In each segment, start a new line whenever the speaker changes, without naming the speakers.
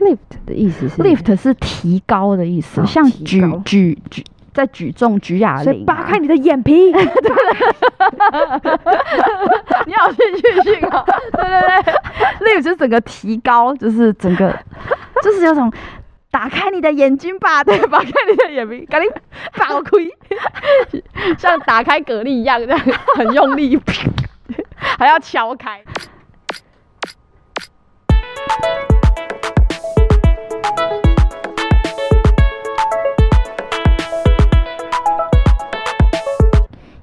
lift 的意思是
lift 是提高的意思，
嗯哦
像
提
举
高
举举在举重举哑
所
铃、
以
啊，
扒开你的眼 皮，
你好兴趣性
啊
哦，对对对，那个就是整个提高，就是整 个，就是有种打开你的眼睛吧， 对，打开你的眼睛，赶紧爆开，
像打开蛤蜊一样，这样很用 力，还要敲开。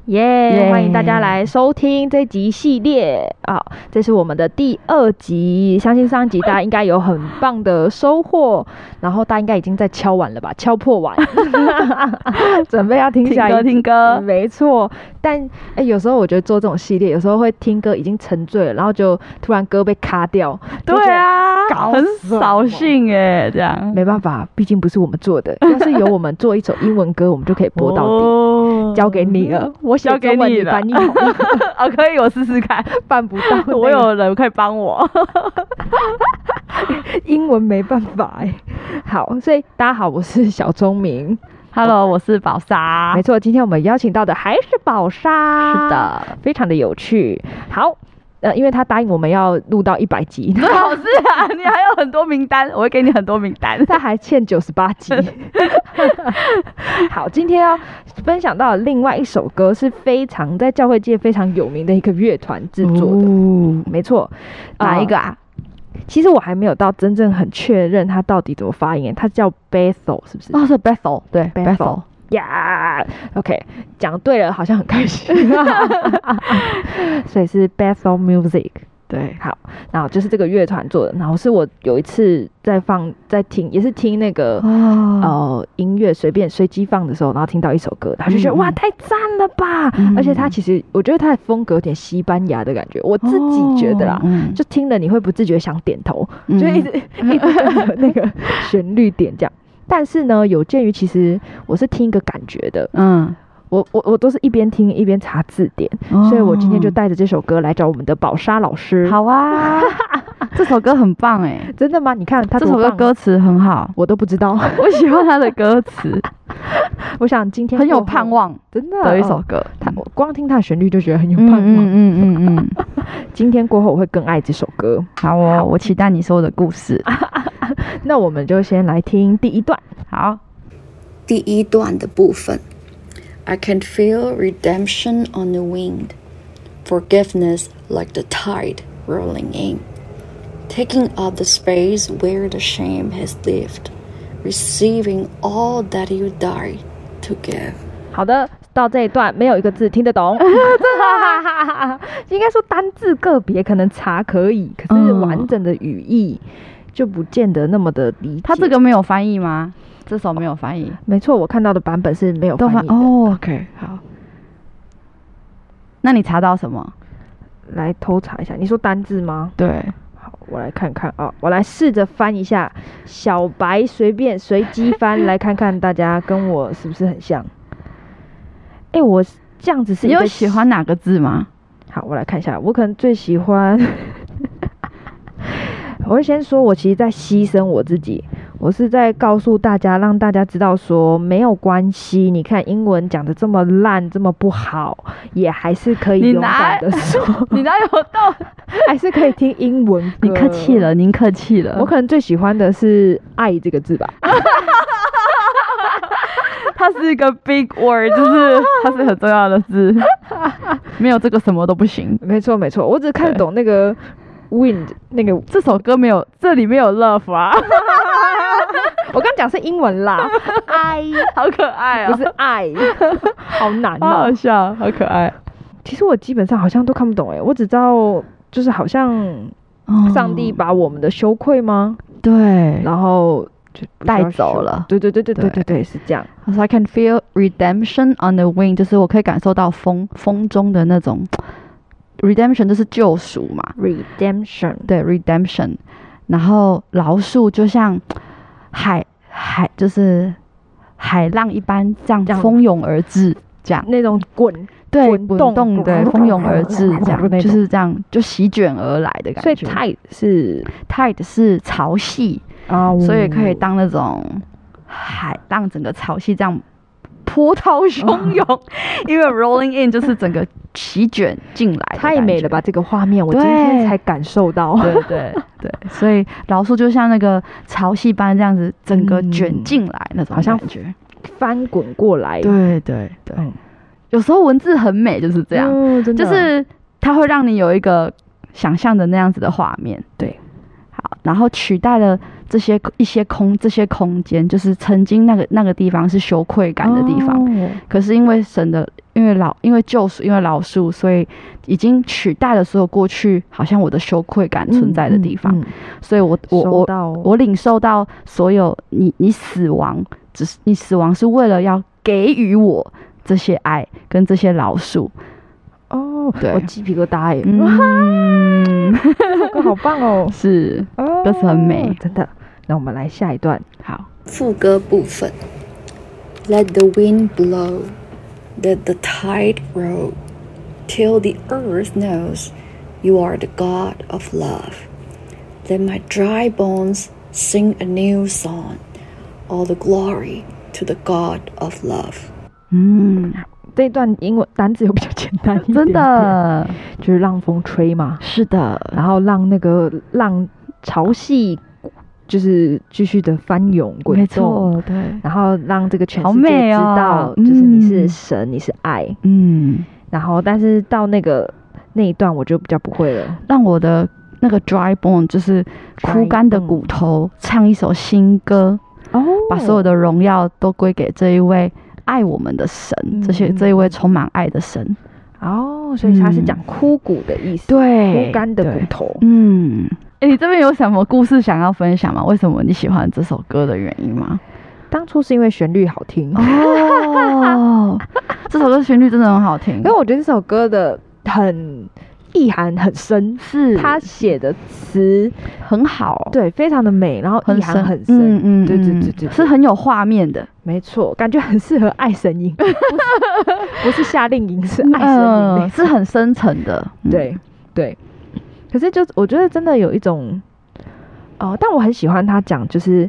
耶、
耶
欢迎大家来收听这集系列啊、这是我们的第二集，相信上一集大家应该有很棒的收获，然后大家应该已经在敲碗了吧，敲破 碗，准备要听
听
下一
歌
集
听歌，
没错，但哎、诶有时候我觉得做这种系列，有时候会听歌已经沉醉了，然后就突然歌被卡掉，就
对
觉得，
啊，
搞
很
什么
扫兴哎，这样
没办法，毕竟不是我们做的。要是由我们做一首英文歌，我们就可以播到 底。
底
交给你 了，我写
嗯交给
中文
你
你
了
翻译好吗
啊，可以，我试试看，
办不到那个，
我有人可以帮我。
英文没办法哎、好，所以大家好，我是小聪明，
Hello，我是宝莎
没，错，今天我们邀请到的还是宝莎，
啊是，的，
非常的有趣。好，呃，因为她答应我们要录到一百集，
老师啊，你还有很多名单，我会给你很多名 单。
他还欠九十八 集。好，今天要分享到的另外一首歌是非常在教会界非常有名的一个乐团制作的，
哦
没错。
哪一个
呃
啊？
其实我还没有到真正很确认它到底怎么发音，它叫 Bethel 是不是？
哦，是 Bethel，对
Bethel
，Bethel，
呀、o k 讲对了，好像很开 心。所以是 Bethel Music。
对，
好，然后就是这个乐团做的，然后是我有一次在放在听，也是听那个
哦，
呃音乐随便随机放的时候，然后听到一首歌，然后就觉得、
嗯嗯
哇太赞了吧！
嗯
而且它其实我觉得它的风格有点西班牙的感觉，我自己觉得啦，
嗯
就听了你会不自觉想点头，
嗯
就一 直、一直跟着那个旋律点这样。但是呢，有鉴于其实我是听一个感觉的，
嗯，
我我我都是一边听一边查字典，所以我今天就带着这首歌来找我们的宝莎老师。
哦。 好 啊，这首歌很棒哎，
真的吗？你看他
这首歌歌词很好，
我都不知 道，
我喜欢它的歌 词，
我想今天
很有
过后
盼，望
真的
的一
哦
首歌。
他我光听他的旋律就觉得很有盼
嗯
望。
嗯嗯嗯嗯，
今天过后我会更爱这首歌。
好哦，我期待你说的故 事。
那我们就先来听第一段。
好，
第一段的部分。I can feel redemption on the wind, forgiveness like the tide rolling in, taking up the space where the shame has lived, receiving all that you died to give.
好的，到这一段没有一个字听得懂， 应该说单字个别可能查可以，可是
嗯
完整的语义就不见得那么的理解。
他这个没有翻译吗？这首没有翻译，
没错，我看到的版本是没有翻
都
译的。
哦，OK，好。那你查到什么？
来偷查一下，你说单字吗？
对，
好，我来看看啊，我来试着翻一下。小白随便随机翻，来看看大家跟我是不是很像？哎、我这样子是
你
一
有
个
喜欢哪个字吗？
好，我来看一下，我可能最喜欢， 我会先说，我其实在牺牲我自己，我是在告诉大家，让大家知道说没有关系。你看英文讲的这么烂，这么不好，也还是可以
你
勇
哪
敢的说，
你哪有到？
还是可以听英文歌。
您客气。了，您客气了。
我可能最喜欢的是“爱”这个字吧，
它是一个 big word，就是 它是很重要的 字，没有这个什么都不行。
没错没错，我只看得
对
懂那个 wind 那个，
这首歌没有，这里没有 love 啊，
我刚讲是英文 啦，爱
好可爱
不
哦，
是爱，好难
好
哦、
好笑，好可爱。
其实我基本上好像都看不懂哎，我只知道就是好像上帝把我们的羞愧吗，
哦对
然后就不需要
带走了
羞对对对对对
对
对对，是这样。
他说 I can feel redemption on the wind，就是我可以感受到风风中的那种 redemption，就是救赎嘛。
Redemption，
对 redemption，然后饶恕就像海海就是海浪一般这样
这样
蜂拥而至，这样
那种滚，
对
滚
滚
动
动对蜂拥而至，这
那
样
种
就是这样就席卷而来的感
所
觉。
以 tide 是
tide 是潮汐，
啊，
所以可以当那种海浪，整个潮汐这样波涛汹
啊
涌， 因为 rolling in 就是整个席卷进来，
嗯太美了吧！！这个画面我今
对
天才感受到，
对 对对，所以老树就像那个潮汐般这样子，整个卷
嗯
进来那种
好像
感觉。
翻滚过来，
对对对，
嗯，
有时候文字很美，就是这样，
嗯，真的
就是它会让你有一个想象的那样子的画面。
对，
好，然后取代了这些一些空这些空间，就是曾经那个那个地方是羞愧感的地方，
哦
可是因为神的，因为老，因为救赎，因为老树，所以已经取代了所有过去好像我的羞愧感存在的地方，
嗯嗯嗯
所以我我
收
我
到
我领受到所有你你死亡，只是你死亡是为了要给予我这些爱跟这些老树，
哦，
对
我鸡皮疙瘩哎，
嗯，
这个好棒 哦，
是歌词很美
哦真的。那我们来下一段，
好，
副歌部分。Let the wind blow, let the tide roll, till the earth knows you are the God of love. Let my dry bones sing a new song, all the glory to the God of love.
嗯，
这一段英文单字又比较简单一点
真
点，
的
就是让风吹嘛，
是的，
然后让那个浪潮汐就是继续的翻涌
没
滚动，
错，对，
然后让这个全
好
世界
美
知
哦
道，就是你是
嗯
神，你是爱。
嗯。
然后，但是到那个那一段我就比较不会了。
让我的那个 dry bone，就是枯干的骨头，唱一首新歌，
哦，
把所有的荣耀都归给这一位爱我们的神，
嗯
这些这一位充满爱的神。
哦，所以它是
嗯
讲枯骨的意思，
对
枯干的骨
对
头。
嗯，哎，你这边有什么故事想要分享吗？为什么你喜欢这首歌的原因吗？
当初是因为旋律好听，
哦， 这首歌旋律真的很好听
因为，我觉得这首歌的很意涵很深，
是
他写的词
很好，，
对非常的美，然后意涵很深，
嗯嗯，
对对
嗯
对对，
是很有画面的，
没错，感觉很适合爱神 营，不是不是夏令营，是爱神营
嗯，是很深沉的，嗯，
对对，可是就我觉得真的有一种，呃，但我很喜欢他讲，就是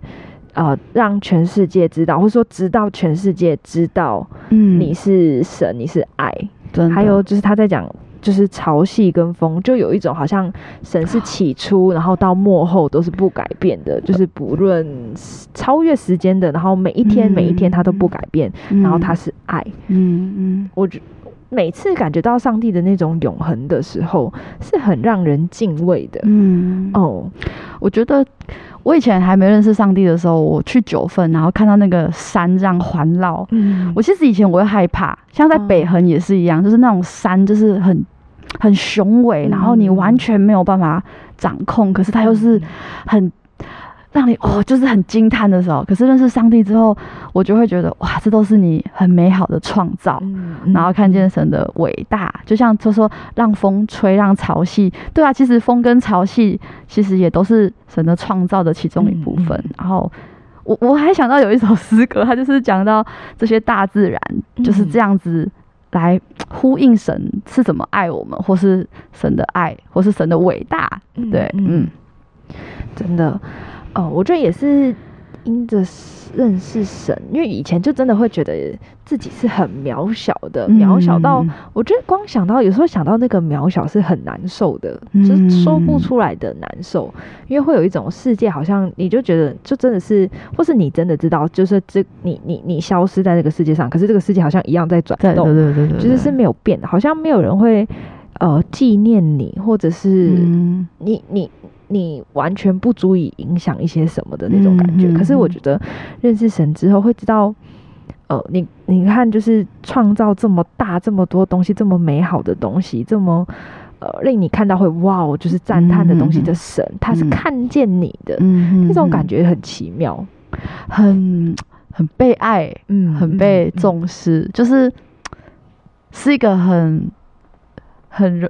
呃，让全世界知道，或者说直到全世界知道
嗯，
你是神，你是爱。
真的
还有就是他在讲，就是潮汐跟风，就有一种好像神是起初，然后到幕后都是不改变的，就是不论超越时间的，然后每一天、每一天他都不改变，然后他是爱。
嗯嗯，
我觉每次感觉到上帝的那种永恒的时候，是很让人敬畏的。
嗯，哦，
哦，
我觉得我以前还没认识上帝的时候，我去九份，然后看到那个山这样环绕，
嗯
我其实以前我会害怕，像
哦
在北横也是一样，就是那种山就是很很雄伟，然后你
嗯
完全没有办法掌控，可是它又是很。让你哦，就是很惊叹的时候。可是认识上帝之后，我就会觉得哇，这都是你很美好的创造。
嗯
然后看见神的伟大，就像就说让风吹，让潮汐，对啊，其实风跟潮汐其实也都是神的创造的其中一部分。
嗯
然后我我还想到有一首诗歌，它就是讲到这些大自然就是
嗯
这样子来呼应神是怎么爱我们，或是神的爱，或是神的伟大。
嗯
对，
嗯
嗯，
真的，哦，我觉得也是因着认识神，因为以前就真的会觉得自己是很渺小的，渺呃小到
嗯
我觉得光想到有时候想到那个渺小是很难受的，
嗯
就是说不出来的难受，因为会有一种世界好像你就觉得就真的是，或是你真的知道，就是这你你你消失在这个世界上，可是这个世界好像一样在转
对对
动，
对对对，
就是是没有变的，好像没有人会呃纪念你，或者是。
嗯
你你你完全不足以影响一些什么的那种感觉。
嗯嗯
可是我
嗯
觉得认识神之后，会知道，呃，你你看，就是创造这么大、这么多东西、这么美好的东西，这么呃令你看到会哇哦，就是赞叹的东西
嗯嗯嗯
的神，他是
嗯
看见你的，
嗯，
那种感
觉
觉很奇妙，
很很被爱。
嗯
很被重视，就是是一个很很荣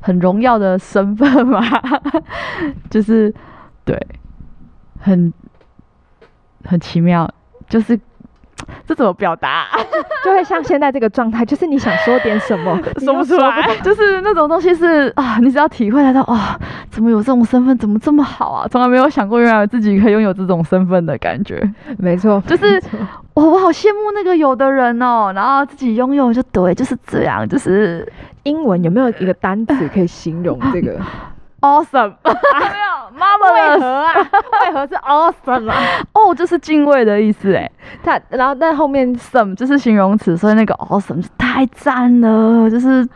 很荣耀的身份嘛， 就是对，很很奇妙，就是这怎么表达啊、
就会像现在这个状态，就是 你想说点什么，你又
说不出来，就是那种东西是啊，你只要体会得到哦，怎么有这种身份？怎么这么好啊？从来没有想过，原来自己可以拥有这种身份的感觉。
没错，
就是哇，我好羡慕那个有的人哦，然后自己拥有就对，就是这样，就是
英文有没有一个单词可以形容这 个？
awesome
为何啊？为何是 awesome 啊？
哦，就是敬畏的意思哎
它然后但后面
，some 就是形容词，所以那个 awesome 就太赞了，就是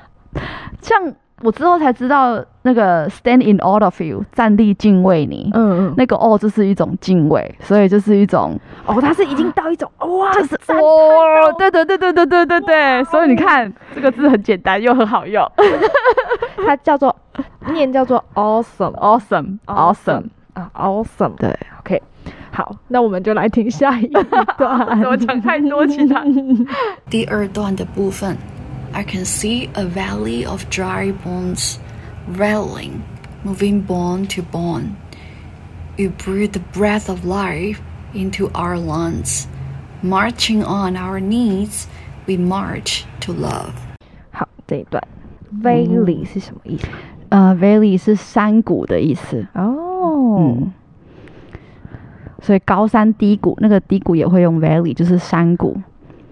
像我之后才知道那个 stand in all of you 站立敬畏你。
嗯
那个哦，就是一种敬畏，所以就是一种，
哦，它是已经到一种哇，
就是
赞叹到，
哦对对对对对对对对，所以你看这个字很简单又很好 用
它叫做念叫做 awesome
，awesome awesome，
啊 awesome
对
，OK，好，那我们就来听下一 段。
我讲太多其他
第二段的部分，I can see a valley of dry bones rattling, moving bone to bone. You breathe the breath of life into our lungs. Marching on our knees, we march to love.
好，这一段 valley 是什么意思？
呃，valley 是山谷的意思，
哦
嗯，所以高山低谷，那个低谷也会用 valley，就是山谷。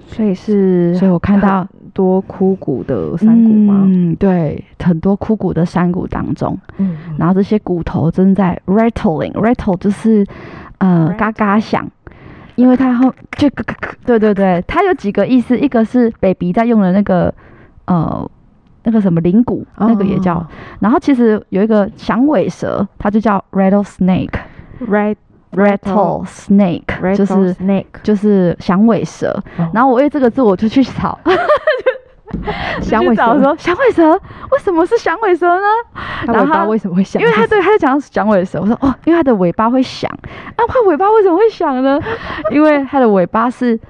所以是
所以我看到
很多枯骨的山谷吗？
嗯，对，很多枯骨的山谷当中，
嗯，
然后这些骨头正在 rattling，rattle 就是呃嘎嘎响，因为它后就咯咯咯对对对，它有几个意思，一个是 baby 在用的那个呃那个什么灵骨，那个也叫，
哦
然后其实有一个响尾蛇，它就叫 rattlesnake。
red
rattle snake，
red
就是
snake
就是响尾蛇。
哦
然后我为这个字我就去找，
响尾
就去找
蛇，
说响尾蛇为什么是响尾蛇呢？
它
然
尾巴
后
为什么会响？
因为他对他在讲响尾蛇，我说哦，因为它的尾巴会响。啊，它尾巴为什么会响呢？因为它的尾巴是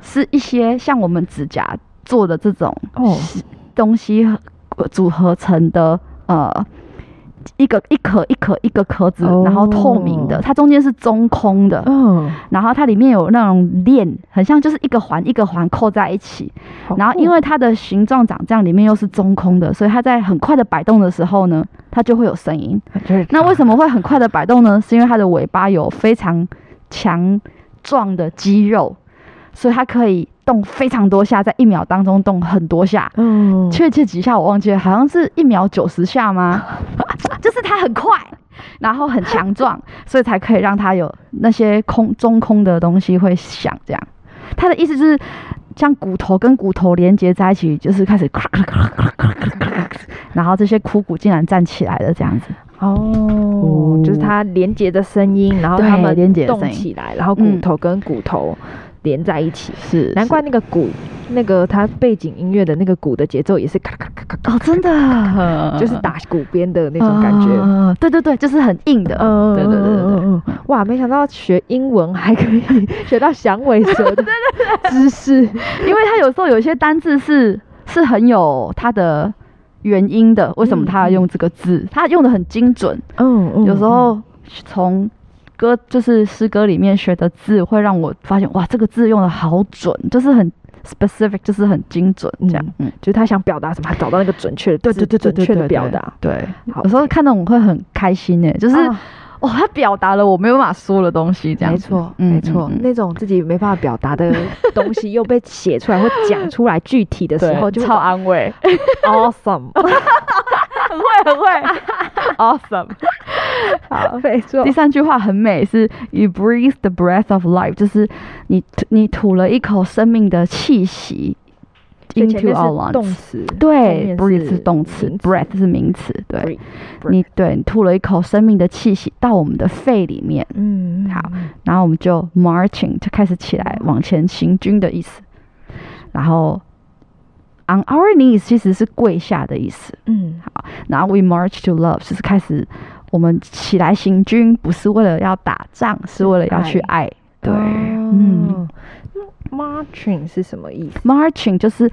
是一些像我们指甲做的这种
哦
东西呃组合成的呃。一个一颗一颗一个壳子，然后透明的
哦，
它中间是中空的，
嗯，
然后它里面有那种链，很像就是一个环一个环扣在一起。
好
然后
酷
因为它的形状长这样，里面又是中空的，所以它在很快的摆动的时候呢，它就会有声音。
就是
那为什么会很快的摆动呢？是因为它的尾巴有非常强壮的肌肉，所以它可以动非常多下，在一秒当中动很多下。
嗯，
确切几下我忘记了，好像是一秒九十下吗？就是它很快，然后很强壮，所以才可以让它有那些空中空的东西会响。这样，它的意思就是将骨头跟骨头连接在一起，就是开始然后这些枯骨竟然站起来了，这样子。
哦，就是它连接的声音，然后
对
它们
连结的
动
声音
起来，然后骨
嗯
头跟骨头连在一起。
是
难怪那个鼓，那个它背景音乐的那个鼓的节奏也是咔咔咔咔咔，
哦，真的
就是打鼓边的那种感觉。
嗯对对对，就是很硬的。
嗯，
对对对对对。
对对，哇，没想到学英文还可以学到响尾蛇 的知识。
因为它有时候有一些单字是是很有它的原因的，为什么它要用这个字？它用的很精准，
嗯嗯
有时候从歌就是诗歌里面学的字，会让我发现哇，这个字用的好准，就是很 specific，就是很精准这样。嗯，
就是他想表达什么，他找到那个准确的
对
字
对对对
准
对
确
对
的
对，
表达。
对。
好
有时候看那种会很开心诶、就是、
啊
哦，他表达了我没有办法说的东西，这样
没
子
错，
嗯
没错，
嗯嗯
那种自己没办法表达的东西又被写出来或讲出来具体的时
对
候，就会
超
觉
安慰，
得 awesome。
很会 很会，awesome。
好，没错
第，三句话很美，是 You breathe the breath of life，就是你吐你吐了一口生命的气息
所以前
into
面
our
是
lungs。
动词，
对
后面
，breathe 是动词
名词
，breath 是名词。对
Breathe，
你对你吐了一口生命的气息到我们的肺里面，
嗯，
好，然后我们就 marching 就开始起来往前行军的意思。然后 on our knees 其实是跪下的意思。
嗯，好，
然后 we march to love，就是开始我们起来行军，不是为了要打仗，是为了要去爱。对，
哦
嗯
嗯，marching 是什么意思？
，marching 就是，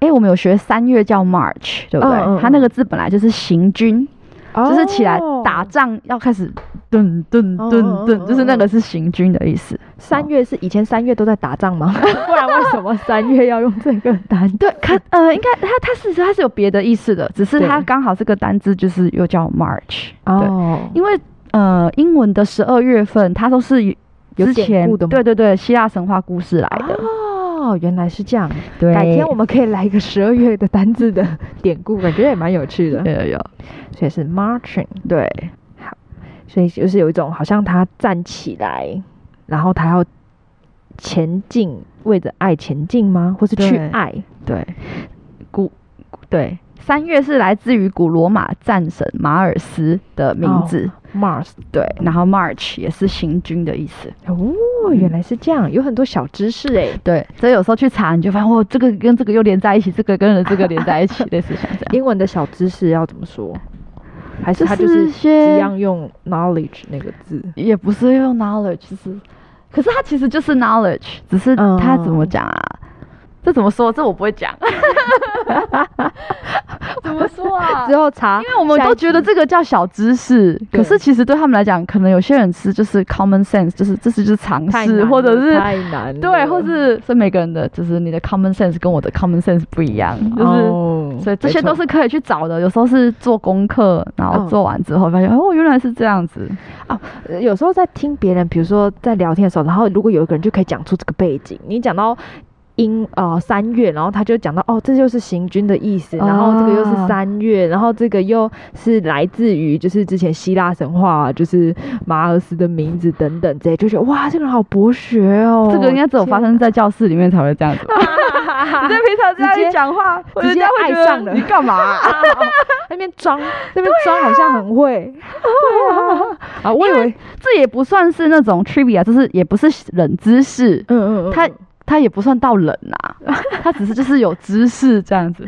哎，我们有学三月叫 march，对不对？
嗯嗯嗯
它那个字本来就是行军，
哦
就是起来打仗要开始，顿顿顿
哦哦哦
顿，就是那
哦
个是行军的意思。
三月是以前三月都在打仗吗？哦 不然为什么三月要用这个单？
对，看呃，应该它它是它是有别的意思的，只是它
对
刚好这个单字就是又叫 March，对，
哦，
因为呃英文的十二月份它都是
有
之
典
前
故的吗
对对对希腊神话故事来的，
哦，原来是这样。
对，
改天我们可以来一个十二月的单字 的典故，感觉也蛮有趣的。
有有有
所以是 marching，
对
所以就是有一种好像他站起来，然后他要前进，为着爱前进吗？或是去
对
爱？
对古对三月是来自于古罗马战神马尔斯的名
哦
字，
Mars
对，然后 March 也是行军的意思。
哦，
嗯
原来是这样，有很多小知识哎、
对，所以有时候去查，你就发现哦，这个跟这个又连在一起，这个跟这个连在一起，类似像这样。
英文的小知识要怎么说？还是
就
它就是是
一些
一样用 knowledge 那个字？
也不是用 knowledge，就是，可是它其实就是 knowledge，只是它怎么
嗯
讲啊？这怎么说？这我不 会讲。怎么说啊？
之后查，
因为我们都觉得这个叫小知识，
对
可是其实对他们来讲，可能有些人是就是 common sense，就是这是就是常
太
识，
难
或者
了
是
太难了，
对，或是是每个人的就是你的 common sense 跟我的 common sense 不一样，就是。
哦
所以这
没
些都
错
是可以去找的，有时候是做功课，然后
嗯
做完之后发现、哦，原来是这样子。
呃有时候在听别人，比如说在聊天的时候，然后如果有一个人就可以讲出这个背景，你讲到英呃三月，然后他就讲到哦，这就是行军的意思，然后这个又是
啊
三月，然后这个又是来自于就是之前希腊神话，就是马尔斯的名字等等这些，就觉得哇，这个人好博学哦，
这个应该只有发
天
生在教室里面才会这样子吧。你在平常
直
这
接
样一讲话，
直接
人家会
爱
觉得
上了
你干嘛啊、
那边装，那边装好像很 会，对啊， 啊，我以为，
这也不算是那种 trivia，就是也不是冷知识，
嗯嗯
他他也不算到冷 啊，他只是就是有知识这样子。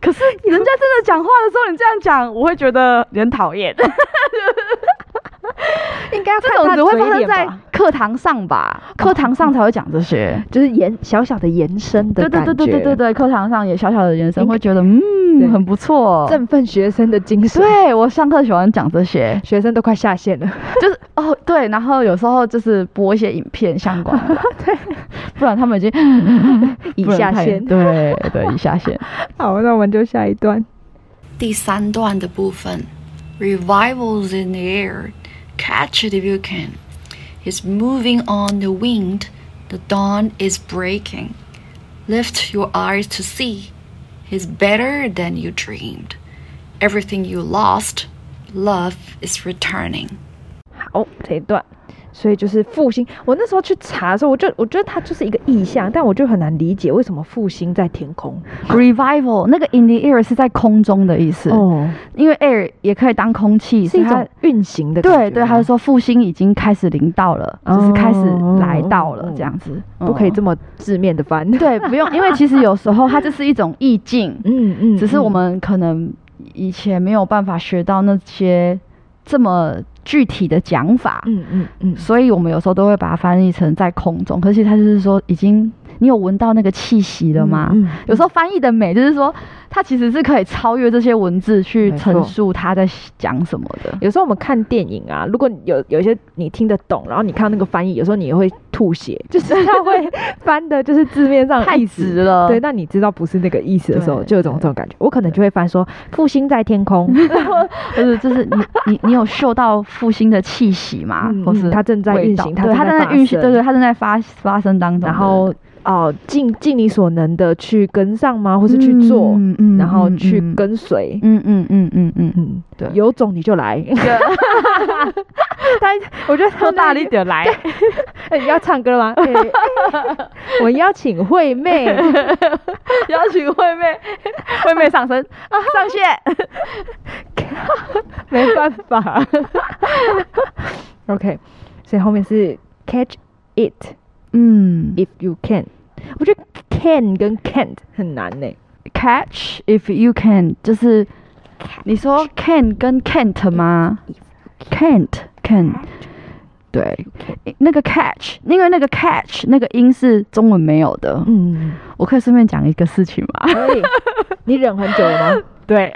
可是人家真的讲话的时候，你这样讲，我会觉得有点讨厌。
应该
这种只会发生在课堂上吧，课堂上才会讲这 些。
就是延小小的延伸的
对对
感觉，
对对对对对，课堂上也小小的延伸，
应该
会觉得
对
嗯很不错。
振奋学生的精神。，
对我上课喜欢讲这些
学生都快下线了，
就是哦对，然后有时候就是播一些影片相关 的，不然他们已经
已
不然
下
太
线。
对对， 已下线。
好，那我们就下一段。
第三段的部分，Revivals in the air, catch the weekend. It's moving on the wind. The dawn is breaking. Lift your eyes to see. He's better than you dreamed. Everything you lost, love is returning.
好，这一段，所以就是复兴。我那时候去查的时候，我就我觉得它就是一个意象，但我就很难理解为什么复兴在天空。
Revival 那个 in the air 是在空中的意思，
哦，
因为 air 也可以当空气，
是一
所以它
种运行的感觉吗。
对对，他就说复兴已经开始临到了，就是开始
哦
来到
哦
了
哦
这样子，
不可以
嗯
这么字面的翻。
对，不用，因为其实有时候它就是一种意境，
嗯嗯
只是我
嗯
们可能以前没有办法学到那些这么具体的讲法，
嗯嗯嗯，
所以我们有时候都会把它翻译成在空中。可是其实它就是说，已经你有闻到那个气息了吗？
嗯，
有时候翻译的美，就是说它其实是可以超越这些文字去
没错
陈述他在讲什么的。
有时候我们看电影啊，如果有有一些你听得懂，然后你看到那个翻译，有时候你也会吐血， 就是他会翻的，就是字面上的
太
意思
直了，
呃对，那你知道不是那个意思的时候，
对
就有种这种感觉。我可能就会翻说“复兴在天 空
就是就是你你你有嗅到复兴的气息吗？
嗯
或是
它正在运行
味道
它正
对，它
在
正
发
在运行，
生
对对，它正在发发生当”，中。
然后哦，尽尽你所能的去跟上吗？或是去做，
嗯嗯
然后去
嗯
跟随。
嗯嗯嗯嗯 嗯嗯，
嗯，
对
有种你就来。 但我觉得他
说
们
大力点来，
哎要唱歌 吗？哎哎 我邀请惠妹，
邀请惠妹，惠 妹上身
啊
上线。
没办法。OK，所以后面是 catch it
嗯
if you can。我觉得 can 跟 can't 很难呢、
，catch if you can，就是你说 can 跟 can't 吗？can't can，对，那个 catch，因为那个 catch 那个音是中文没有的。
嗯，
我可以顺便讲一个事情吗？
所以你忍很久了吗？
对，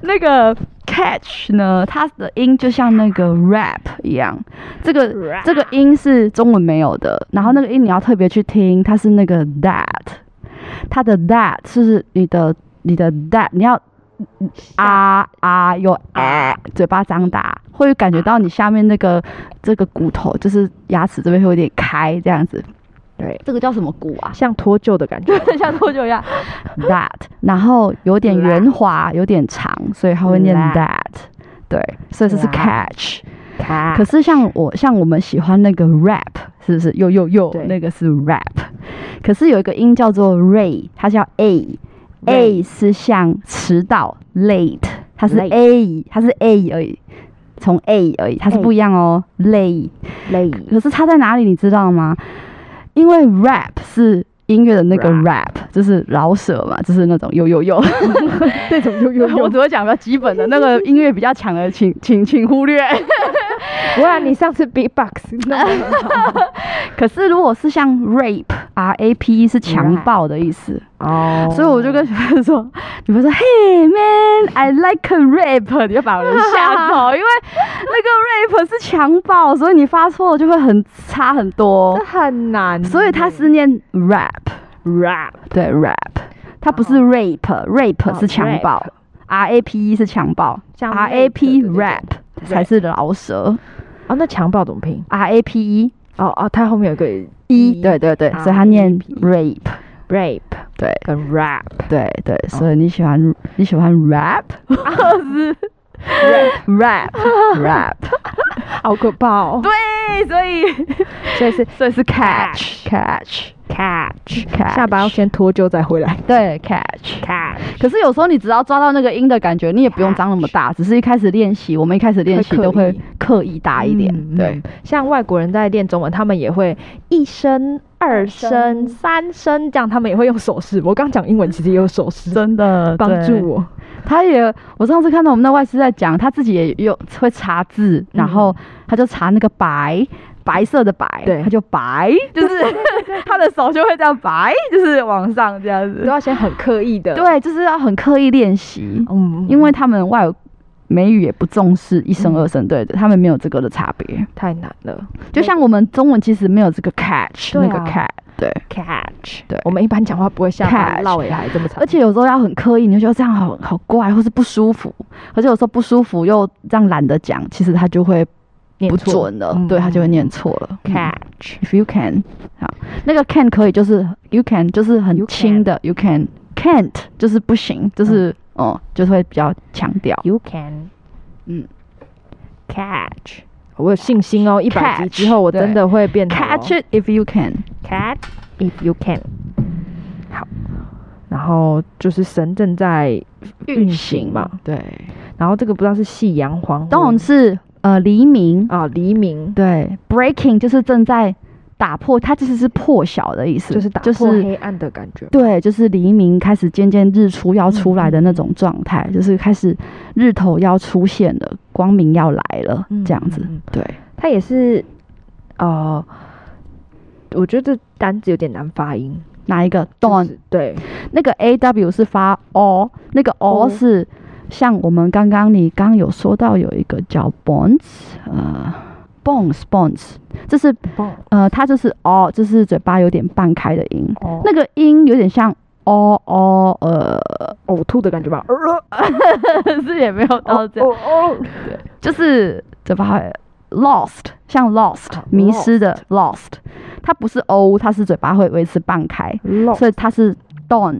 那个 catch 呢，它的音就像那个 rap 一样，这个
Rap
这个音是中文没有的，然后那个音你要特别去听，它是那个 that，它的 that 是你的你的 that，你要啊啊有啊，嘴巴张大，会感觉到你下面那个这个骨头，就是牙齿这边会有点开这样子。
对，
这个叫什么骨啊？
像脱臼的感觉。
像多久呀？That，然后有点圆滑，有点长，所以它会念
That
that。对，所以这是
That
catch。可是像我像我们喜欢那个 rap，是不是？又又又
对，
那个是 rap。可是有一个音叫做 ray，它叫 a。A 是像迟到 late，它是
Late
a，它是 a 而已，从 a 而已，它是
A
不一样哦。late，
累，
可是差在哪里，你知道吗？因为 rap 是音乐的那个 rap，就是饶舌嘛，就是那种有有 有那种有有有。我只会讲比较基本的，那个音乐比较强的，请请请忽 略。
不然你上次 beatbox 那么
可是如果是像 rape r a p e 是强暴的意思，
哦
所以我就跟学生说，你们说 Hey man, I like a rape，你就把人 吓走，因为那 个 rape 是强暴，所以你发错就会很差很多
这，很难耶，
所以它是念 rap。
rap
对，rap，它不是 rape，rape、
哦
是强暴、r a p e 是强暴
像
，r a p E
rape 的这种
rap 才是饶舌
哦，那强暴怎么拼？
，r a p e
哦哦，它后面有个
e，对对对，所以它念 rape，
rape
对
跟 rap
对对，所以你喜欢、你喜欢 rap 或 是 rap rap，
好可怕哦。
对，所以
所以是
所以是 catch catch
catch，
Catch
下巴要先脱臼再回来。
对 catch。
catch，
可是有时候你只要抓到那个音的感觉，你也不用张那么大，只是一开始练习，我们一开始练习
会刻
都会
意
刻意大一点，
嗯
对。，
像外国人在练中文，他们也会一声、二声、三声这样，他们也会用手势。我刚讲英文其实也有手势，
真的
帮助。
对
我。
他也，我上次看到我们那外师在讲，他自己也有会查字，然后他就查那个白。白色的白，
对
他就白， 就是他的手就会这样白，就是往上这样
都
子。
要先很刻意的，，
对，就是要很刻意练习，
嗯，
因为他们外美语也不重视一声二声，对的，他们没有这个的差别。
太难了。
就像我们中文其实没有这个 catch
对啊
那个 catch，对，
catch，
对
我们一般讲话不会下巴
Catch
绕尾还这么长，
而且有时候要很刻意，你就觉得这样好好怪，或是不舒服。而且有时候不舒服又这样懒得讲，其实他就会
念
不
错
准了，
嗯
对他就会念错了。嗯
catch
If you can，好，那个 can 可以就是 you can 就是很
You
轻的 you can can't 就是不行，就是
嗯
哦、就是会比较强调。
you can，
嗯
，catch。我有信心哦，一百
Catch，
集之后我真的会变好哦
Catch it if you can。
catch if you can。好，然后就是神正在运行嘛，嗯
对，
然后这个不知道是夕阳黄昏，
当然是呃黎明。
啊，黎明
对，breaking 就是正在打破，它其实是破晓的意思，
就是打破黑暗的感觉，
对，就是黎明开始渐渐日出要出来的那种状态，就是开始日头要出现了，光明要来了，
嗯
这样子。
嗯嗯
对，
它也是，呃，我觉得这单字有点难发音
哪一个
就
dawn？、
是对，
那个 a w 是发 o，那个 o
o
是像我们刚刚你刚有说到有一个叫 bones，呃，bones bones，这是呃它就是 o，就是嘴巴有点半开的音，
哦
那个音有点像 o o 呃，
呕吐的感觉吧，
是也没有到哦这样。
哦哦
就是怎么会 lost，像 lost
啊
迷失的 lost，它不是 o，它是嘴巴会维持半开，
漏
所以它是 dawn，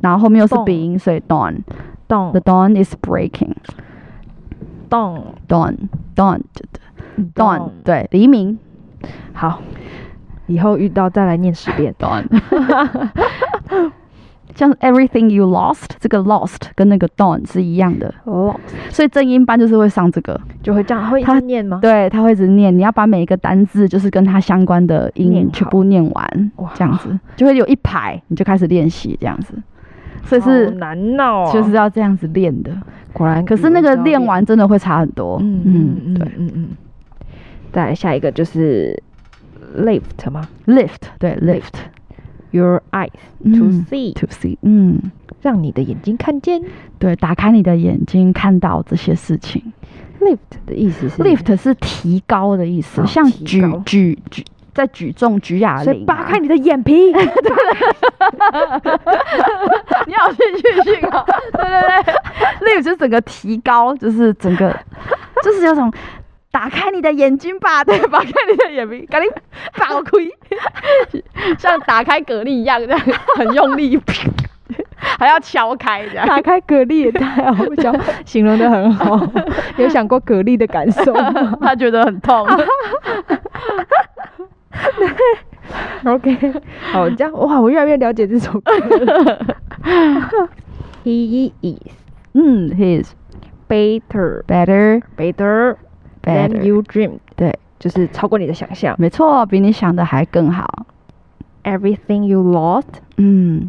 然后后面又是
Dawn
鼻音，所以 dawn。
动
The dawn is breaking.
动
Dawn, dawn, dawn，
动
对，黎明。
好，以后遇到再来念十遍
dawn。像 everything you lost，这个 lost 跟那个 dawn 是一样的，
哦，
所以正音班就是会上这个。
就会这样，会一
它
直念吗？
对，他会一直念，你要把每一个单字就是跟它相关的
念
音
好
全部念完
哇，
这样子就会有一排，你就开始练习这样子，所以
好
是
难哦，
就是要这样子练的。
果然，
可是那个练，完真的会差很多，
嗯嗯
嗯，
嗯，
对
对嗯嗯。再来下一个就是 lift 吗？
，lift 对 lift，
your eyes
嗯
to see，、
to see，嗯，
让你的眼睛看见。
对，打开你的眼睛，看到这些事情。
lift 的意思是
lift 是提高的意思，
哦
像
提
举
高
举举在举重举哑
所
铃、啊
以扒开你的眼 皮，
你好戏剧性
啊
哦，对对对，lift 就是整个提高，就是整个就是有种。打开你的眼睛吧，对， 打开你的眼睛，赶紧爆开，像打开蛤蜊一样，这样 很用力，还要敲开这样。
打开蛤蜊也太好笑，形容的很好。有想过蛤蜊的感受吗
他觉得 很痛，
？OK，好，这样哇，我越来越了解这首歌了。He is
嗯，he's
better,
better
better than
better，
you dreamed。
对，
就是超过你的想象。
没错，比你想的还更好。
Everything you lost,
嗯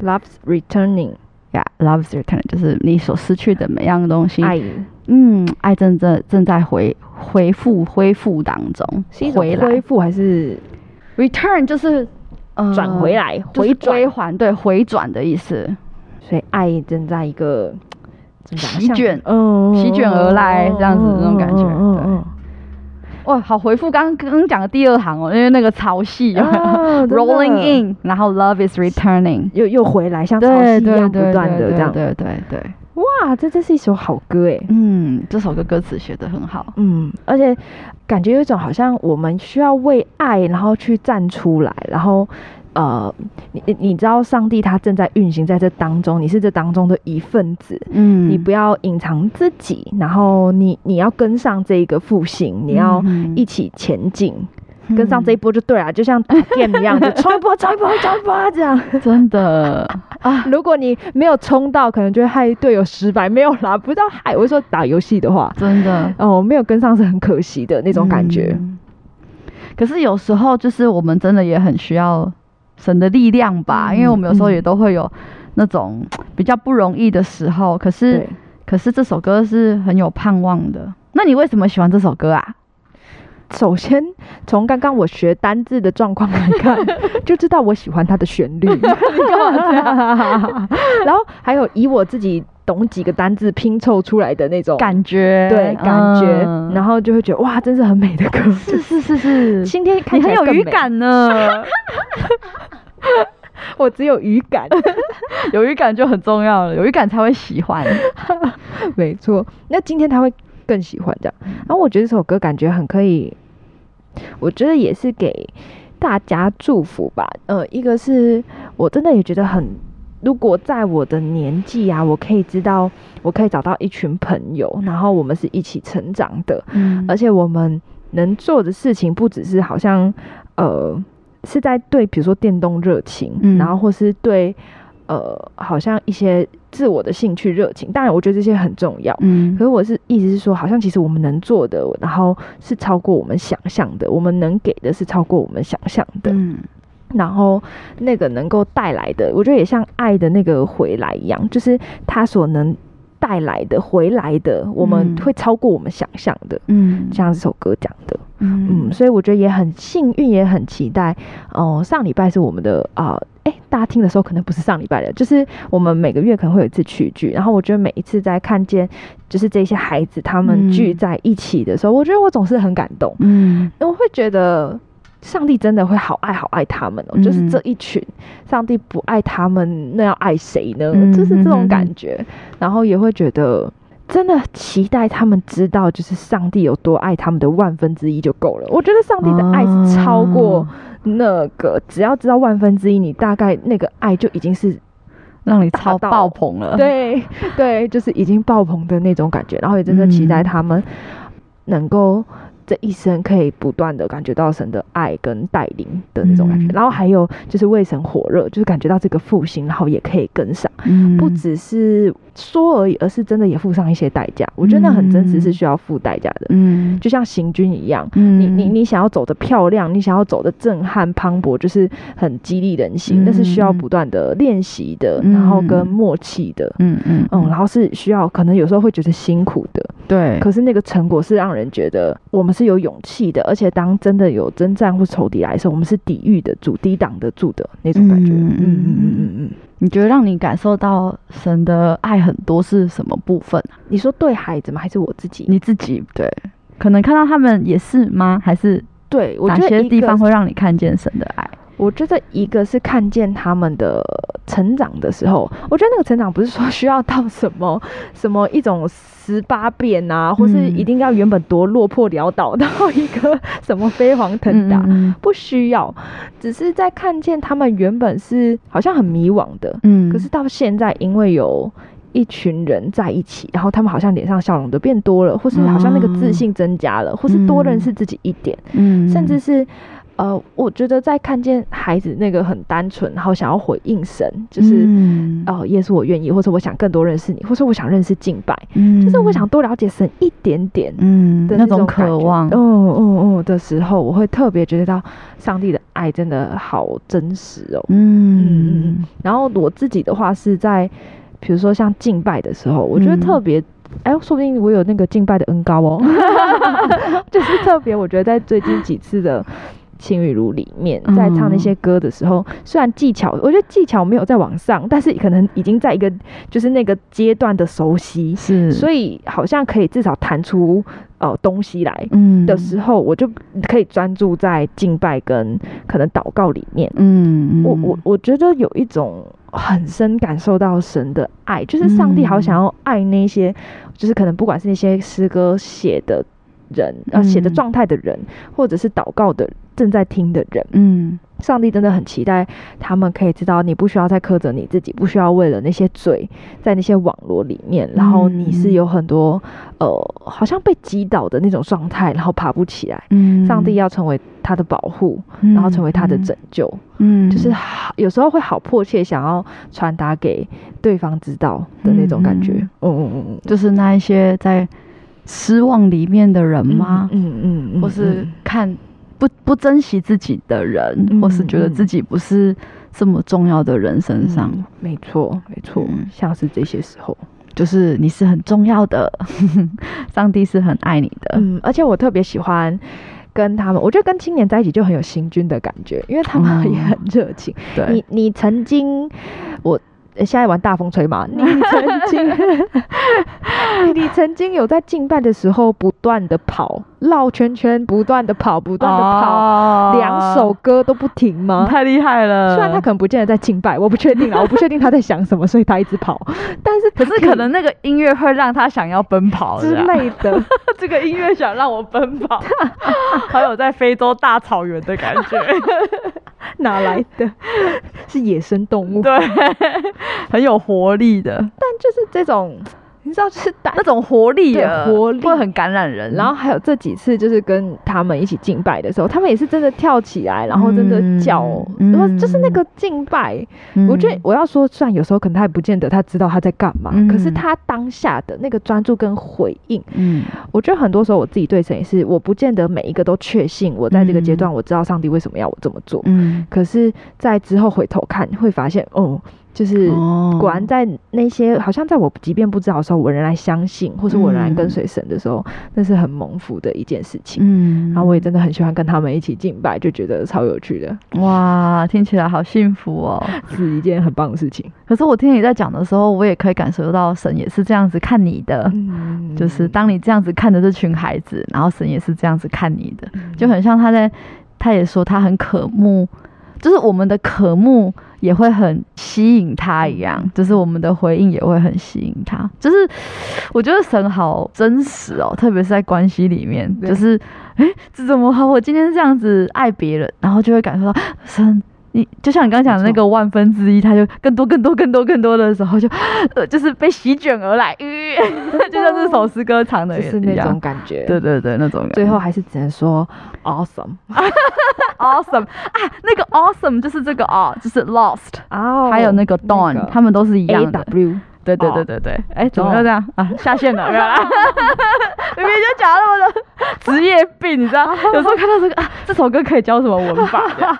loves returning.
呀、l o v e s return 就是你所失去的每样东西，
爱
嗯，爱正正正在回回复恢复当中，
是一种
回来
恢复还是
return 就是呃
转回，来、
就是
回转
归？还，对，回转的意思。
所以爱正在一个怎么讲
席卷
像嗯
席卷而来这样子那种感觉
嗯嗯
哇，好回复刚刚刚讲的第二行哦，因为那个潮汐、
嗯哦真的
rolling in，然后 love is returning，
又又回来，像潮
对
汐一
对
样不
对
断的
对
这样。
对对对，
哇，这真是一首好歌哎。
嗯，这首歌歌词写的很好，
嗯，而且感觉有一种好像我们需要为爱，然后去站出来，然后呃，你你你知道上帝他正在运行在这当中，你是这当中的一份子，
嗯
你不要隐藏自己，然后你你要跟上这一个复兴，你要
嗯
一起前进，跟上这一波就对了，就像打 game 一样 的冲一波，冲一波，冲一波这样。
真的，啊
如果你没有冲到，可能就会害队友失败，没有啦，不知道害。我是说打游戏的话，
真的
哦，没有跟上是很可惜的那
这
种感觉。
嗯可是有时候就是我们真的也很需要神的力量吧，
嗯
因为我们有时候
嗯
也都会有那种比较不容易的时候。可是
对，
可是这首歌是很有盼望的。那你为什么喜欢这首歌啊？
首先从刚刚我学单字的状况来 看，就知道我喜欢它的旋律。 然后还有以我自己懂几个单字拼凑出来的那种
感觉
对感觉，
嗯
然后就会觉得哇，真是很美的歌。
是是是是，
今天看
你
起
很
来
有
更
语
美，
感呢，
我只有语感，
有语感就很重要了，有语感才会喜欢。
没错。那今天他会更喜欢这样。然后我觉得这首歌感觉很可以，我觉得也是给大家祝福吧。呃，一个是我真的也觉得很，如果在我的年纪啊，我可以知道，我可以找到一群朋友，然后我们是一起成长的，
嗯
而且我们能做的事情不只是好像呃是在对比如说电动热情，
嗯
然后或是对呃好像一些自我的兴趣热情，当然我觉得这些很重要。
嗯
可是我是意思是说，好像其实我们能做的，然后是超过我们想象的，我们能给的是超过我们想象的，
嗯
然后那个能够带来的，我觉得也像爱的那个回来一样，就是它所能带来的回来的，我们
嗯
会超过我们想象的。
嗯
像这首歌讲的，
嗯
嗯，所以我觉得也很幸运，也很期待。哦、上礼拜是我们的啊，哎、大家听的时候可能不是上礼拜的，就是我们每个月可能会有一次曲聚，然后我觉得每一次在看见就是这些孩子他们
嗯
聚在一起的时候，我觉得我总是很感动，
嗯
我会觉得。上帝真的会好爱好爱他们哦，
嗯
就是这一群，上帝不爱他们，那要爱谁呢？
嗯
就是这种感觉，然后也会觉得真的期待他们知道，就是上帝有多爱他们的万分之一就够了。我觉得上帝的爱是超
哦
过那个，只要知道万分之一，你大概那个爱就已经是
让你超
达到
爆棚了。
对对，就是已经爆棚的那种感觉。然后也真的期待
嗯
他们能够这一生可以不断的感觉到神的爱跟带领的那种感觉。
嗯
然后还有就是为神火热，就是感觉到这个复兴，然后也可以跟上，
嗯，
不只是说而已，而是真的也付上一些代价。我觉得那很真实，是需要付代价的。
嗯
就像行军一样。
嗯，
你你你想要走的漂亮，你想要走的震撼磅礴，就是很激励人心，那、是需要
嗯
不断的练习的，然后跟
嗯
默契的。
嗯嗯
嗯，然后是需要，可能有时候会觉得辛苦的，
对，
可是那个成果是让人觉得我们是有勇气的，而且当真的有征战或仇敌来的时候，我们是抵御的住、抵挡得住的那种感觉。
嗯
嗯
嗯
嗯
嗯
嗯
嗯
嗯嗯。
你觉得让你感受到神的爱很多是什么部分啊？
你说对孩子吗？还是我自己？
你自己对，可能看到他们也是吗？还是
对我
哪
觉得
些
一
地
个
方会让你看见神的爱？
我觉得一个是看见他们的成长的时候，我觉得那个成长不是说需要到什么 什么一种十八变啊，或是
嗯
一定要原本多落魄潦倒到一个什么飞黄腾达，
嗯
不需要，只是在看见他们原本是好像很迷惘的，
嗯，
可是到现在因为有。一群人在一起，然后他们好像脸上笑容都变多了，或是好像那个自信增加了，或是多认识自己一点。
嗯，
甚至是，呃，我觉得在看见孩子那个很单纯，然后想要回应神，就是
嗯
哦，耶稣我愿意，或者我想更多认识你，或者我想认识敬拜，
嗯
就是我想多了解神一点点
嗯
的
那
种
种
感
渴
觉
望，
哦哦哦的时候，我会特别觉得到上帝的爱真的好真实哦。嗯
嗯
然后我自己的话是在，比如说像敬拜的时候，我觉得
嗯
特别，哎、说不定我有那个敬拜的恩高哦， 就是特别，我觉得在最近几次的。情雨如里面，在唱那些歌的时候，虽然技巧，我觉得技巧没有在往上，但是可能已经在一个就是那个阶段的熟悉，
是，
所
以
以好像可以至少弹出呃东西来
嗯
的时候，我就可以专注在敬拜跟可能祷告里面。
嗯，
我我我觉得有一种很深感受到神的爱，就是上帝好想要爱那些，就是可能不管是那些诗歌写的人，呃，写的
嗯
状态的人，或者是祷告的正在听的人，
嗯
上帝真的很期待他们可以知道，你不需要再苛责你自己，不需要为了那些罪在那些网络里面，然后你是有很多呃，好像被击倒的那种状态，然后爬不起来。
嗯，
上帝要成为他的保护，
嗯，
然后成为他的拯救。
嗯，嗯，
就是好有时候会好迫切想要传达给对方知道的那种感觉。
嗯
嗯嗯嗯嗯，
就是那一些在失望里面的人吗？
嗯嗯嗯，
或是
嗯
看不不珍惜自己的人，
嗯
或是觉得
嗯
自己不是这么重要的人身上，
嗯没错没错，
嗯
像是这些时候。
就是你是很重要的， 上帝是很爱你的。
嗯，而且我特别喜欢。跟他们，我觉得跟青年在一起就很有行军的感觉，因为他
哦
们也很热情。
对，
你你曾经，我呃现在玩大风吹 嘛，你曾经， 你曾经有在敬拜的时候不断的跑，绕圈圈，不断的跑，不断的跑，
跑
两首歌都不停吗？
太厉害了。
虽然他可能不见得在敬拜，我不确 定啊，我不确定他在想什么，所以他一直跑，但是
可
他
是可能那个音乐会让他想要奔跑啊
之
这样
类的，
这个音乐想让我奔跑，还有在非洲大草原的感 觉，
哪来的？ 是野生动物，
对，很有活力的
但就是这种，你知道，就是大
那。种活力
对
啊，
活力
会很感染人。
然后还有这几次，就是跟他们一起敬拜的时候，他们也是真的跳起来，然后真的叫，
嗯
然后就是那个敬拜，
嗯，
我觉得我要说，虽然有时候可能他也不见得他知道他在干嘛，
嗯
可是他当下的那个专注跟回应，
嗯，
我觉得很多时候我自己对神也是，我不见得每一个都确信，我在这个阶段我知道上帝为什么要我这么做，
嗯
可是，在之后回头看会发现，哦，就是。
哦
果然，在那些好像在我即便不知道的时候，我仍然相信，或是我仍然跟随神的时候，那是很蒙福的一件事情。
嗯，
然后我也真的很喜欢跟他们一起敬拜，就觉得超有趣的，
哇，听起来好幸福哦。
是一件很棒的事情。
可是我听你在讲的时候，我也可以感受到神也是这样子看你的，
嗯
就是当你这样子看着这群孩子，然后神也是这样子看你的，
嗯
就很像他在，他也说他很渴慕，就是我们的渴慕也会很吸引他一
嗯
样，就是我们的回应也会很吸引他。就是 我觉得神好真实哦，特别是在关系里面，
对
就是哎，诶这怎么好？我今天这样子爱别人，然后就会感受到啊神。你就像你刚刚讲的那个万分之一，他就更多、更多、更多、更多的时候就， 呃，就是被席卷而来，吁、 就像这首诗歌唱的
就
也
是
一
那种
样，
感觉，
对对对，那种感觉
最后还是只能说 awesome
awesome 啊，那个 awesome 就是这个哦，就是 lost，、
哦
还有那个 dawn，、
那个
他们都是一样
A
的。
W
对对
哦
对对对，哎、怎么
dawn
又这样啊？下线了，原 来明明就讲那么多职业病，你知道？有时候看到这个啊，这首歌可以教什么文法？这 样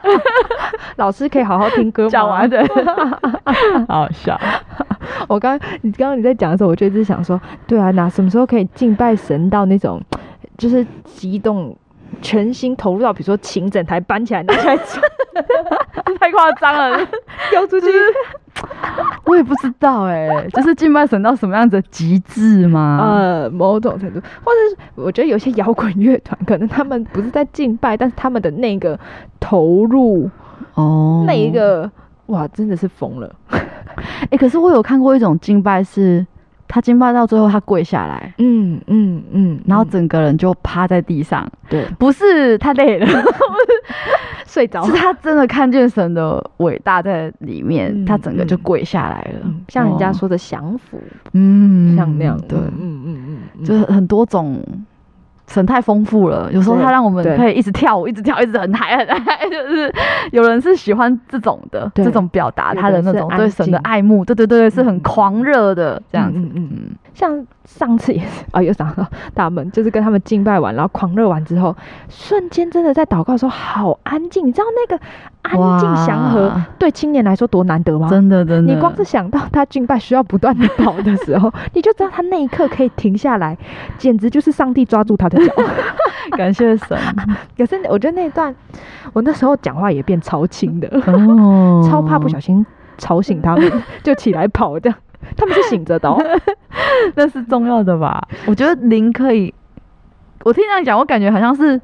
老师可以好好听歌吗？
讲完的，好笑。
我刚你刚刚你在讲的时候，我就一直想说，对啊，哪什么时候可以敬拜神到那种，就是激动。全心投入到，比如说请整台搬起来拿起来 走
太夸张了，
丢出去，
我也不知道哎、 就是敬拜神到什么样子的极致吗？
呃，某种程度，或者是我觉得有些摇滚乐团，可能他们不是在敬拜，但是他们的那个投入，
哦，
那一个哇，真的是疯了。
哎、可是我有看过一种敬拜是，他敬拜到最后他跪下来，
嗯嗯嗯，
然
然
后
后
整个人就趴在地上，
对
不是他累了，
睡着
是他真的看见神的伟大在里面，
嗯
他整个就跪下来了，
嗯像人家
哦，
说的降服，
嗯
像那样，
对，
嗯嗯嗯嗯，
就是很多种。神太丰富了，有时候
对
他让我们
对
可以一直跳舞，一直跳，一直很嗨 很嗨，就是有人是喜欢这种的，
对
这种表达他的那种
有的是
对
安
神的
静
爱慕，对对对，对是很
嗯
狂热的
这
这
样
样子
子，，嗯嗯
嗯，
像上次也是 啊，又讲到大门，就是跟他们敬拜完，然后狂热完之后，瞬间真的在祷告的时候好安静，你知道那个安静祥和
哇
对青年来说多难得吗？
真的真的，
你光是想到他敬拜需要不断的跑的时 候，你就知道他那一刻可以停下来，简直就是上帝抓住他的 脚。
感谢神
可是我觉得那一段，我那时候讲话也变超轻的，
哦
超怕不小心吵醒他 们，就起来跑这样。他们是醒着的、哦，
那是重要的吧？我觉得灵可以，我听这样讲，我感觉好像是，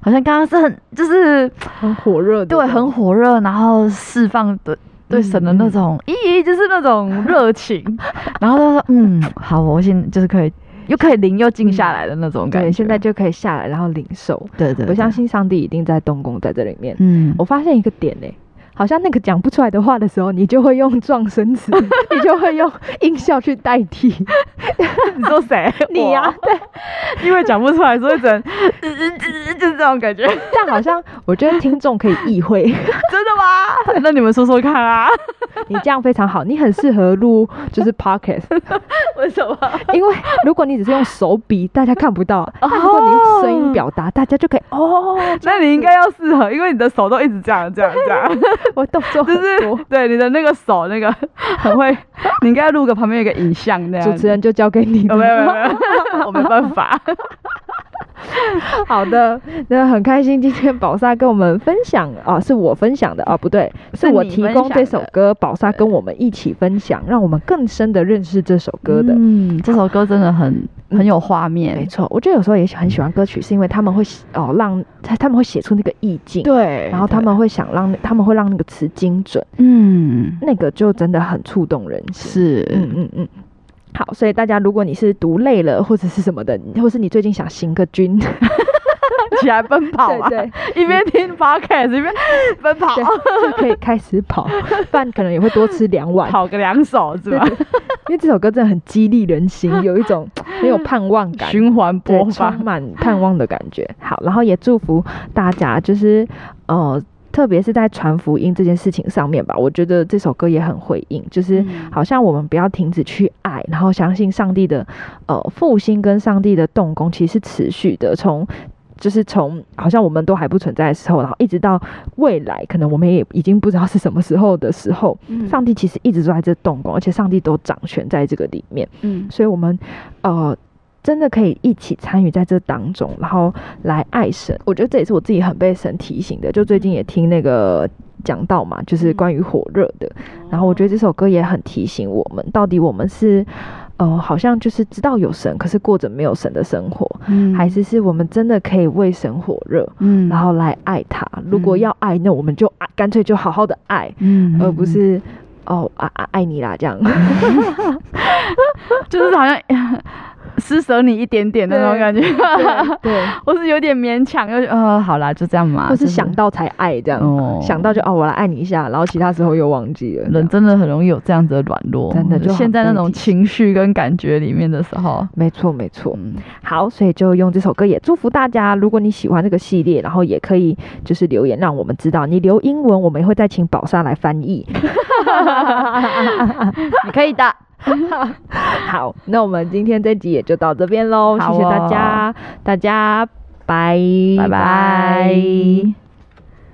好像刚刚是很就是
很火热的这
对
样，
很火热，然后释放的对神的那种，咦、就是那种热情， 然后他说嗯好，我现在就是可以又可以灵又静下来的那种感觉。
对，现在就可以下来，然后领受。
对对
我相
对
信上帝一定在动工在这里面。
嗯
我发现一个点呢、好像那个讲不出来的话的时候，你就会用 撞声词，你就会 用音效去代替
你说谁？
你呀、
我，因为讲不出来，所以只能 就是这种感觉。
但好像我觉得听众可以意会，
真的吗？那你们说说看啊，
你这样非常好，你很适合录就是 podcast，
为什么？
因为如果你只是用手比，大家看不到；但如果你用声音表达，大家就可以哦，
那你应该要适合，因为你的手都一直这样这样这 样，
我动作
就
很多。
是对你的那个手那个很会，你应该录个旁边有个影像那样。
主持人就交给你 了。
哦，没有没有没有，我没办法。
好的，那很开心今天宝莎跟我们分享啊，是我分享的啊，不对，是
是
我
你
提
分
供
享
这首
的
歌，宝莎跟我们一起分享，让我们更深的认识这首歌的。
嗯，这首歌真的很很有画
没
面。
错，我觉得有时候也喜很喜欢歌曲，是因为他们会写哦让他他们会写出那个意境，
对
然后他们会想让他们会让那个词精准，
嗯
那个就真的很触动人心。嗯
是
嗯嗯。好，所以大家如果你是读累了或者是什么的，或是你最近想行个军，
起来奔跑啊，
对
一边听 podcast 一边奔 跑，
对，就可以开始跑，不然可能也会多吃两碗，
跑个两首 是吧？
因为这首歌真的很激励人心，有一种很有盼望感。
循环播
对，充
放。
满盼望的感 觉。好，然后也祝福大家，就是呃，特别是在传福音这件事情上面吧，我觉得这首歌也很回应，就是
嗯
好像我们不要停止去爱，然后相信上帝的呃复兴跟上帝的动工其实是持续的，从。就是从好像我们都还不存在的时候，然后一直到未来，可能我们也已经不知道是什么时候的时候，
嗯
上帝其实一直都在这动工，而且上帝都掌权在这个里面。
嗯
所以我们呃真的可以一起参与在这当中，然后来爱神。我觉得这也是我自己很被神提醒的，就最近也听那个。讲到嘛，
嗯
就是关于火热的，然后我觉得这首歌也很提醒我们，到底我们是，呃，好像就是知道有神，可是过着没有神的生活，
嗯
还是是我们真的可以为神火热，
嗯
然后来爱他。如果
嗯
要爱，那我们就爱，干脆就好好的爱，
嗯
而不是哦啊啊爱你啦这样。
就是好像 施舍你一点点的那种感觉，
对，
或是有点勉强，又呃，好啦，就这样嘛，
或是
就是
想到才爱这样，
哦
想到就哦，我来爱你一下，然后其他时候又忘记了。
人
这样
真的很容易有这样子的软弱，
真的就很
现在那
被
种
提
情绪跟感觉里面的时候，
没错，没错。
嗯，
好，所以就用这首歌也祝福大家。如果你喜欢这个系列，然后也可以就是留言让我们知道。你留英文，我们也会再请宝莎来翻译。
你可以的，
好，那我们今天这集也就到这边喽，
好
谢谢大
哦
家，大家拜
拜拜